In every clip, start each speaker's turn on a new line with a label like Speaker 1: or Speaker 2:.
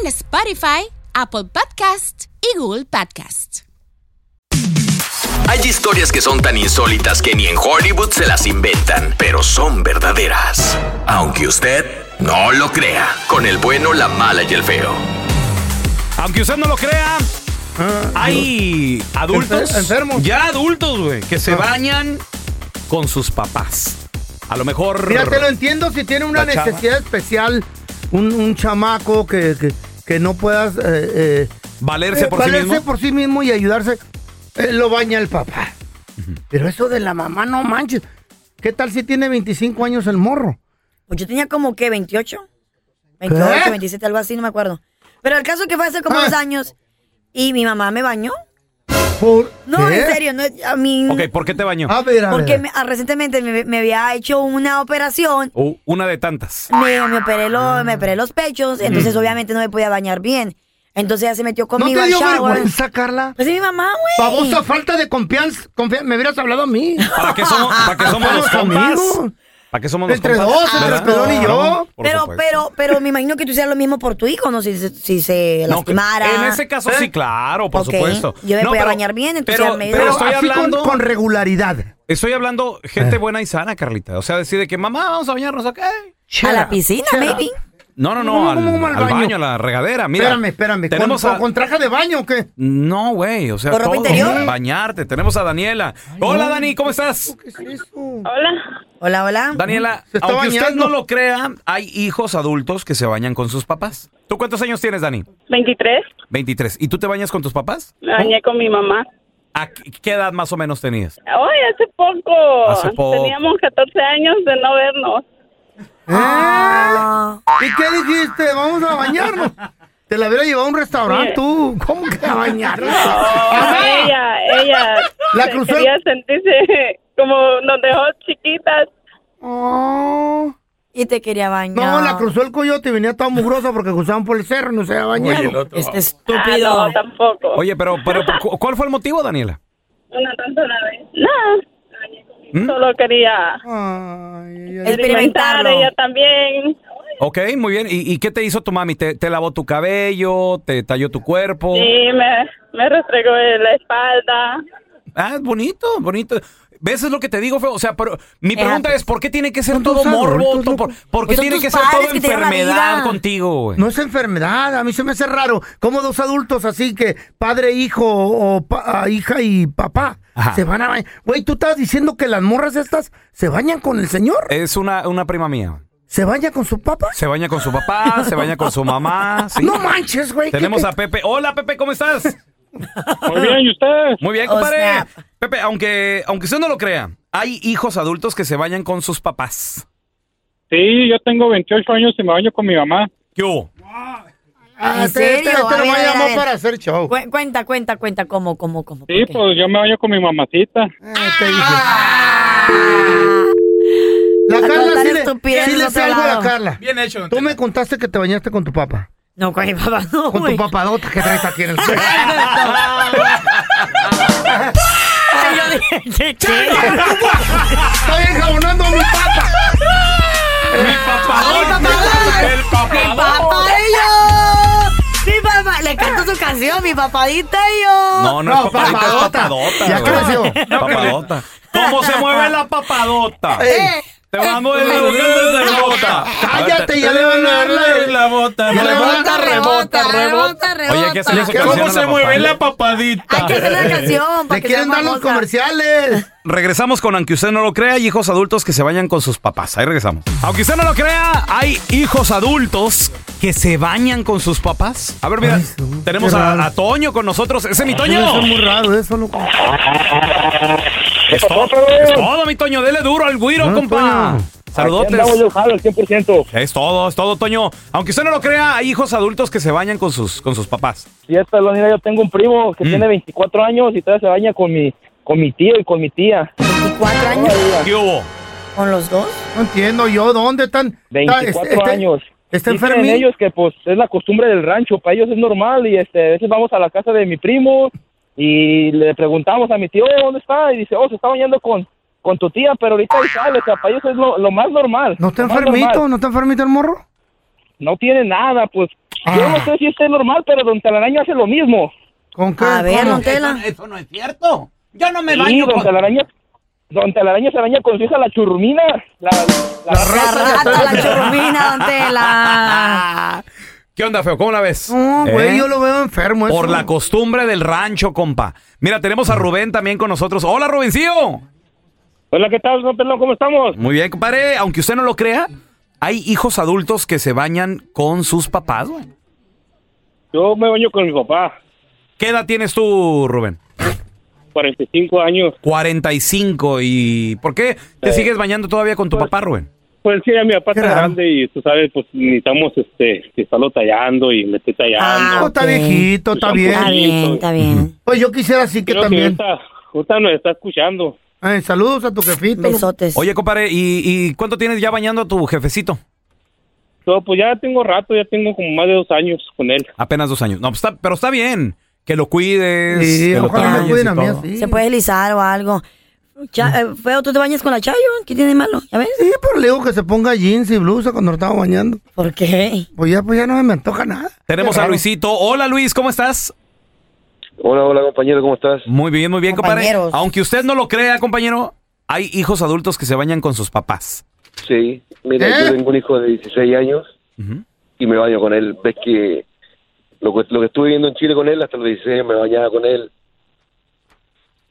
Speaker 1: en Spotify, Apple Podcast y Google Podcast.
Speaker 2: Hay historias que son tan insólitas que ni en Hollywood se las inventan, pero son verdaderas. Aunque usted no lo crea, con el bueno, la mala y el feo.
Speaker 3: Aunque usted no lo crea, hay adultos.
Speaker 4: Ah, Enfer- enfermos.
Speaker 3: Ya adultos, güey, que se
Speaker 4: Ah.
Speaker 3: bañan con sus papás. A lo mejor.
Speaker 4: Mira, te lo entiendo si tiene una
Speaker 3: La chava.
Speaker 4: necesidad especial, un, un chamaco que, que, que no puedas eh, eh,
Speaker 3: Valerse
Speaker 4: eh,
Speaker 3: por
Speaker 4: valerse
Speaker 3: sí mismo.
Speaker 4: por sí mismo y ayudarse, eh, lo baña el papá. Pero eso de la mamá, no manches. ¿Qué tal si tiene 25 años el morro?
Speaker 5: Pues yo tenía como que 28, 28,
Speaker 4: ¿Qué?
Speaker 5: 27, algo así, no me acuerdo. Pero el caso que fue hace como
Speaker 4: Ah.
Speaker 5: dos años y mi mamá me bañó.
Speaker 4: ¿Por
Speaker 5: No,
Speaker 4: qué?
Speaker 5: en serio, no, a mí.
Speaker 3: Ok, ¿por qué te bañó?
Speaker 4: A ver, a
Speaker 5: Porque
Speaker 4: ver.
Speaker 5: me- ah, recientemente me, me había hecho una operación.
Speaker 3: O una de tantas.
Speaker 5: Me, me operé, lo- me operé los pechos, entonces obviamente no me podía bañar bien. Entonces ella se metió
Speaker 4: Mm. ¿No
Speaker 5: conmigo
Speaker 4: te
Speaker 5: al
Speaker 4: dio
Speaker 5: shower.
Speaker 4: vergüenza, Carla?
Speaker 5: Pues es mi mamá, güey.
Speaker 4: Babosa, falta de confianza. confia- me hubieras hablado a mí.
Speaker 3: ¿Para qué somos, para qué somos los compas?
Speaker 4: amigos.
Speaker 3: ¿Para qué somos los
Speaker 4: Ah, Entre
Speaker 3: compas?
Speaker 4: dos, entre
Speaker 3: ¿Verdad?
Speaker 4: Pelón y yo.
Speaker 3: Claro, por
Speaker 5: Pero,
Speaker 3: supuesto.
Speaker 5: pero, pero me imagino que tú hicieras lo mismo por tu hijo, ¿no? Si, se- si se
Speaker 3: No, que-
Speaker 5: lastimara.
Speaker 3: en ese caso
Speaker 4: ¿Eh?
Speaker 3: sí, claro, por
Speaker 5: Ok,
Speaker 3: supuesto.
Speaker 5: yo me
Speaker 3: No,
Speaker 5: voy a
Speaker 3: pero-
Speaker 5: bañar bien, entonces
Speaker 3: pero-
Speaker 5: ya me-
Speaker 3: pero
Speaker 5: Pero
Speaker 3: estoy
Speaker 4: así con-
Speaker 3: hablando.
Speaker 4: con Eh. regularidad.
Speaker 3: Estoy hablando gente buena y sana, Carlita. O sea, decir de que mamá, vamos a bañarnos, ok.
Speaker 5: A
Speaker 4: Chela,
Speaker 5: la piscina,
Speaker 4: chela.
Speaker 5: maybe.
Speaker 3: No, no,
Speaker 4: ¿Cómo,
Speaker 3: no, al,
Speaker 4: cómo, cómo al
Speaker 3: al baño?
Speaker 4: baño,
Speaker 3: a la regadera. Mira,
Speaker 4: espérame, espérame. ¿Con,
Speaker 3: Tenemos
Speaker 4: con-
Speaker 3: a-
Speaker 4: con traje de baño o qué?
Speaker 3: No, güey, o sea,
Speaker 5: ¿Con ropa
Speaker 3: todo.
Speaker 5: interior?
Speaker 3: Bañarte. Tenemos a Daniela. Hola, Dani, ¿cómo estás?
Speaker 4: ¿Qué es eso?
Speaker 6: Hola.
Speaker 5: Hola, hola.
Speaker 3: Daniela,
Speaker 4: Se está
Speaker 3: aunque usted
Speaker 4: bañando.
Speaker 3: no lo crea, hay hijos adultos que se bañan con sus papás. ¿Tú cuántos años tienes, Dani?
Speaker 6: 23.
Speaker 3: 23. ¿Y tú te bañas con tus papás?
Speaker 6: Me bañé con mi mamá.
Speaker 3: ¿A qué qué edad más o menos tenías?
Speaker 6: Hoy, hace poco.
Speaker 3: Hace poco.
Speaker 6: Teníamos 14 años de no vernos.
Speaker 5: Ah.
Speaker 4: ¿Y qué dijiste? Vamos a bañarnos. Te la hubiera llevado a un restaurante, tú. ¿Cómo que a Ah. bañarla?
Speaker 6: ella, ella.
Speaker 4: La
Speaker 6: se-
Speaker 4: cruzó.
Speaker 6: Quería sentirse como nos dejó chiquitas.
Speaker 4: Oh.
Speaker 5: Y te quería bañar.
Speaker 4: No, la cruzó el coyote y venía toda mugrosa porque cruzaban por el cerro y no se había bañado.
Speaker 5: Este
Speaker 6: Ah,
Speaker 5: estúpido.
Speaker 6: no, tampoco.
Speaker 3: Oye, pero, pero ¿cu- ¿cuál fue el motivo, Daniela?
Speaker 6: Una persona de... Nada. Me bañé con mi-
Speaker 3: ¿Mm?
Speaker 6: Solo quería
Speaker 4: Ay, ay, ay.
Speaker 5: Experimentarlo.
Speaker 6: experimentar. Ella también.
Speaker 3: Ok, muy bien. ¿Y, y qué te hizo tu mami? ¿Te, te lavó tu cabello? ¿Te talló tu cuerpo?
Speaker 6: Sí, me, me restregó en la espalda.
Speaker 3: Ah, es bonito, bonito. ¿Ves es lo que te digo, feo? O sea, pero mi
Speaker 5: Es
Speaker 3: pregunta
Speaker 5: arte.
Speaker 3: es, ¿por qué tiene que ser
Speaker 4: Son
Speaker 3: todo
Speaker 4: tus
Speaker 3: morbo?
Speaker 4: adultos,
Speaker 3: todo-
Speaker 4: loco.
Speaker 3: ¿Por, por qué
Speaker 5: Pues son
Speaker 3: tiene
Speaker 5: tus
Speaker 3: que ser
Speaker 5: padres
Speaker 3: todo
Speaker 5: que te dieron la
Speaker 3: enfermedad
Speaker 5: vida.
Speaker 3: contigo, güey?
Speaker 4: No es enfermedad, a mí se me hace raro. ¿Cómo dos adultos así que padre, hijo o pa- ah, hija y papá
Speaker 3: Ajá.
Speaker 4: se van a bañar? Güey, tú estabas diciendo que las morras estas se bañan con el señor,
Speaker 3: Es una, una prima mía.
Speaker 4: se baña con su papá.
Speaker 3: Eh. Se baña con su papá, se baña con su mamá. sí.
Speaker 4: No manches, güey. ¿qué
Speaker 3: Tenemos
Speaker 4: te-
Speaker 3: a Pepe. Hola, Pepe, ¿cómo estás?
Speaker 7: Muy bien, ¿y usted?
Speaker 3: Muy bien,
Speaker 5: Oh,
Speaker 3: compadre.
Speaker 5: snap.
Speaker 3: Pepe, aunque, aunque usted no lo crea, hay hijos adultos que se bañan con sus papás.
Speaker 7: Sí, yo tengo 28 años y me baño con mi mamá.
Speaker 3: ¿Qué hubo?
Speaker 4: Ah, este-
Speaker 5: ¿En
Speaker 4: este-
Speaker 5: serio?
Speaker 4: este nomás
Speaker 5: A ver, a ver,
Speaker 4: llamó
Speaker 5: a ver.
Speaker 4: para hacer show.
Speaker 5: Cu- cuenta, cuenta, cuenta. ¿Cómo, cómo, cómo?
Speaker 7: Sí,
Speaker 5: ¿Por qué?
Speaker 7: pues yo me baño con mi mamacita.
Speaker 5: Ah.
Speaker 4: Eh, te dije. La
Speaker 5: A
Speaker 4: Carla
Speaker 5: contar
Speaker 4: sí le,
Speaker 5: estupideces
Speaker 4: sí le
Speaker 5: de otro
Speaker 4: sé algo a la
Speaker 5: lado.
Speaker 4: Carla.
Speaker 8: Bien hecho.
Speaker 4: Tú me contaste que te bañaste con tu papá.
Speaker 5: No, con mi papá no,
Speaker 4: Con
Speaker 5: güey.
Speaker 4: tu papadota que traes aquí en el
Speaker 5: Ay, yo dije, ¿qué, qué?
Speaker 4: Estoy enjabonando a mi papá.
Speaker 3: El papá.
Speaker 5: ¡Mi papá y yo! ¡Mi papá! Le canto su canción, mi papadita y yo.
Speaker 3: No, no,
Speaker 4: No,
Speaker 3: es papadita, es
Speaker 4: papadota.
Speaker 3: papadota.
Speaker 4: Ya
Speaker 3: güey.
Speaker 4: creció.
Speaker 3: Papadota. ¿Cómo se mueve la papadota?
Speaker 4: Ey,
Speaker 3: Te vamos a dar la bota.
Speaker 4: Cállate, ya le van a dar la-
Speaker 3: la bota.
Speaker 4: Ya le van a
Speaker 5: Rebota, rebota, rebota, rebota.
Speaker 3: Oye, hay que hacerle su
Speaker 4: ¿Qué,
Speaker 3: canción
Speaker 4: cómo
Speaker 3: a
Speaker 4: se
Speaker 3: papá.
Speaker 5: Hay que hacer la canción para
Speaker 4: Le
Speaker 5: que sea
Speaker 4: quieren dar los
Speaker 5: famosa.
Speaker 4: comerciales.
Speaker 3: Regresamos con Aunque usted no lo crea, y hijos adultos que se vayan con sus papás. Ahí regresamos. Aunque usted no lo crea, hay hijos adultos que se bañan con sus papás. A ver, mira,
Speaker 4: Ay, sí,
Speaker 3: tenemos
Speaker 4: qué
Speaker 3: a,
Speaker 4: raro.
Speaker 3: a Toño con nosotros. ¡Ese es mi
Speaker 4: Eso
Speaker 3: Toño!
Speaker 4: es muy raro, eso no. No,
Speaker 3: Es todo, es todo, mi Toño. Dele duro al guiro,
Speaker 4: No,
Speaker 3: compa.
Speaker 4: Ah, Toño.
Speaker 3: Saludotes.
Speaker 8: yo jalo al 100%.
Speaker 3: Es todo, es todo, Toño. Aunque usted no lo crea, hay hijos adultos que se bañan con sus, con sus papás.
Speaker 8: Si esta es la unidad, yo tengo un primo
Speaker 4: Mm.
Speaker 8: que tiene 24 años y todavía se baña con mi, con mi tío y con mi tía.
Speaker 5: 24 años
Speaker 3: ¿Qué hubo?
Speaker 5: con los dos.
Speaker 4: entiendo yo, ¿dónde están? este,
Speaker 8: 24 años.
Speaker 4: Está
Speaker 8: Dicen
Speaker 4: enfermito.
Speaker 8: ellos que pues es la costumbre del rancho, para ellos es normal y este, a veces vamos a la casa de mi primo y le preguntamos a mi tío "Oh, dónde está y dice, oh, se está bañando con, con tu tía, pero ahorita ahí sale, o sea, para ellos es lo, lo más normal.
Speaker 4: ¿No está
Speaker 8: lo más
Speaker 4: enfermito?
Speaker 8: normal.
Speaker 4: ¿No está enfermito el morro?
Speaker 8: No tiene nada, pues
Speaker 4: Ah.
Speaker 8: yo no sé si esto es normal, pero Don Telaraño hace lo mismo.
Speaker 4: ¿Con qué?
Speaker 5: A ver,
Speaker 4: ¿Cómo?
Speaker 5: don Tela.
Speaker 8: Sí, don Telaraño, don Telaraño se baña con su hija la churrumina. La, la-
Speaker 5: La rata, la churrumina, don Tela.
Speaker 3: ¿Qué onda, feo? ¿Cómo la ves?
Speaker 4: No, güey,
Speaker 3: ¿Eh?
Speaker 4: yo lo veo enfermo.
Speaker 3: Por
Speaker 4: eso.
Speaker 3: la costumbre del rancho, compa. Mira, tenemos a Rubén también con nosotros. Hola, Rubencillo.
Speaker 8: Hola, ¿qué tal, don Pelón? ¿Cómo estamos?
Speaker 3: Muy bien, compadre. Aunque usted no lo crea, hay hijos adultos que se bañan con sus papás, güey.
Speaker 8: Yo me baño con mi papá,
Speaker 3: ¿Qué edad tienes tú, Rubén?
Speaker 8: 45 años.
Speaker 3: 45. ¿Y por qué te
Speaker 8: Eh,
Speaker 3: sigues bañando todavía con tu papá, Rubén?
Speaker 8: Pues sí, ya mi papá
Speaker 4: Qué
Speaker 8: está
Speaker 4: raro.
Speaker 8: grande y tú sabes, pues necesitamos este, que estarlo tallando y me esté
Speaker 4: No,
Speaker 8: tallando.
Speaker 4: está
Speaker 5: ok.
Speaker 4: viejito, está
Speaker 8: Está
Speaker 5: Está
Speaker 4: bien.
Speaker 5: bien, está bien.
Speaker 4: Pues yo quisiera así que
Speaker 8: Creo que
Speaker 4: también.
Speaker 8: ahorita, ahorita nos está escuchando.
Speaker 4: Eh, saludos a tu jefito.
Speaker 5: Besotes.
Speaker 3: Oye, compadre, ¿y, y cuánto tienes ya bañando a tu jefecito?
Speaker 8: Yo, pues ya tengo rato, ya tengo como más de dos años con él.
Speaker 3: Apenas dos años. No, pues está- pero está bien. Que lo cuides.
Speaker 4: Sí,
Speaker 3: que lo
Speaker 4: ojalá
Speaker 3: talles
Speaker 4: me
Speaker 3: y
Speaker 4: cuiden a mí
Speaker 3: todo.
Speaker 4: así.
Speaker 5: Se puede deslizar o algo. Cha- eh, feo, tú te bañas con la Chayo. ¿Qué tiene de malo? ¿Ya ves?
Speaker 4: Sí, pero le digo que se ponga jeans y blusa cuando lo estaba bañando.
Speaker 5: ¿Por qué?
Speaker 4: Pues ya, pues ya no me antoja nada.
Speaker 3: Tenemos
Speaker 4: Qué
Speaker 3: a
Speaker 4: raro.
Speaker 3: Luisito. Hola, Luis, ¿cómo estás?
Speaker 8: Hola, hola, compañero, ¿cómo estás?
Speaker 3: Muy bien, muy bien, compadre.
Speaker 5: Compañeros.
Speaker 3: Aunque usted no lo crea, compañero, hay hijos adultos que se bañan con sus papás.
Speaker 8: Sí, mira,
Speaker 4: ¿Eh?
Speaker 8: yo tengo un hijo de 16 años
Speaker 3: Ujú.
Speaker 8: y me baño con él. Ves que lo, que lo que estuve viviendo en Chile con él, hasta los 16 años me bañaba con él.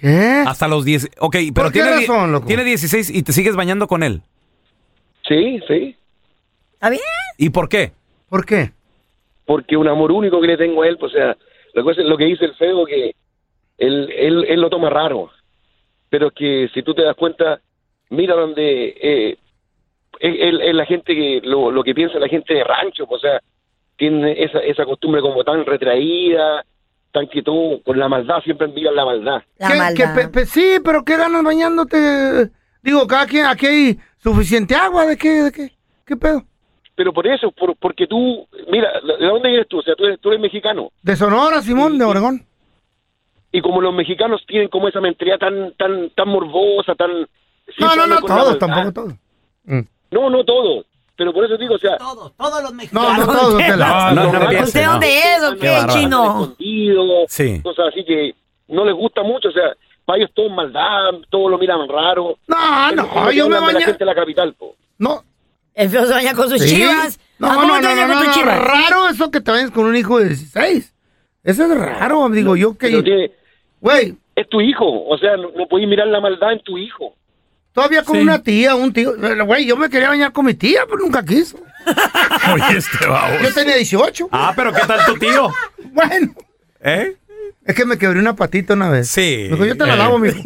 Speaker 4: ¿Qué?
Speaker 3: Hasta los 10. Ok, pero
Speaker 4: ¿Por qué
Speaker 3: tiene, die-
Speaker 4: razón, loco?
Speaker 3: tiene 16 y te sigues bañando con él.
Speaker 8: Sí, sí,
Speaker 5: ¿Está bien?
Speaker 3: ¿Y por qué?
Speaker 4: ¿Por qué?
Speaker 8: porque un amor único que le tengo a él, pues, o sea, lo que, es- lo que dice el feo que él, él, él lo toma raro, pero es que si tú te das cuenta, mira donde eh, es, es- es la gente que, lo, lo que piensa la gente de rancho, pues, o sea, tiene esa, esa costumbre como tan retraída, tan que tú con la maldad siempre envían la maldad.
Speaker 5: La
Speaker 4: ¿Qué- qué
Speaker 5: maldad.
Speaker 4: pe- pe- sí, pero ¿qué ganas bañándote? Digo, cada quien, aquí hay suficiente agua. ¿De qué? ¿De qué? ¿Qué pedo?
Speaker 8: Pero por eso, por, porque tú, mira, ¿de dónde eres tú? O sea, tú eres, tú eres mexicano.
Speaker 4: De Sonora, Simón, de Oregón.
Speaker 8: Y como los mexicanos tienen como esa mentalidad tan, tan, tan morbosa, tan...
Speaker 4: No, no,
Speaker 8: siempre
Speaker 4: no,
Speaker 8: andan con la
Speaker 4: todos,
Speaker 8: maldad.
Speaker 4: tampoco todos.
Speaker 8: No, no todos. Pero por eso digo, o sea,
Speaker 4: No, no todos, don Tela.
Speaker 3: No, no, no,
Speaker 8: no,
Speaker 3: pienses,
Speaker 5: ¿Usted
Speaker 3: no.
Speaker 5: dónde es o
Speaker 3: Qué
Speaker 5: qué,
Speaker 3: bárbaro.
Speaker 5: chino?
Speaker 8: escondido,
Speaker 3: Sí.
Speaker 8: cosas así que no les gusta mucho, o sea, para ellos todo es maldad, todo lo miran raro.
Speaker 4: Ah, No,
Speaker 8: Pero
Speaker 4: no,
Speaker 8: como
Speaker 4: yo
Speaker 8: que
Speaker 4: me
Speaker 8: hablan de La
Speaker 4: bañé.
Speaker 8: gente de la capital, po.
Speaker 4: No,
Speaker 5: El feo se baña con sus
Speaker 4: Sí.
Speaker 5: chivas.
Speaker 4: No,
Speaker 5: ¿A
Speaker 4: no,
Speaker 5: poco
Speaker 4: no,
Speaker 5: te
Speaker 4: no,
Speaker 5: bañas
Speaker 4: no,
Speaker 5: con tus
Speaker 4: no,
Speaker 5: chivas?
Speaker 4: raro eso que te vayas con un hijo de 16. Eso es raro, digo yo
Speaker 8: Pero
Speaker 4: que...
Speaker 8: tiene-
Speaker 4: Güey,
Speaker 8: es tu hijo, o sea, no, no podéis mirar la maldad en tu hijo.
Speaker 4: todavía con una tía, un tío... eh, Güey, yo me quería bañar con mi tía, pero nunca quiso.
Speaker 3: Oye, este
Speaker 4: Yo tenía 18.
Speaker 3: Ah, pero ¿qué tal tu tío?
Speaker 4: Bueno,
Speaker 3: ¿Eh?
Speaker 4: es que me quebré una patita una vez.
Speaker 3: Sí.
Speaker 4: Me dijo, yo te la lavo, mijo.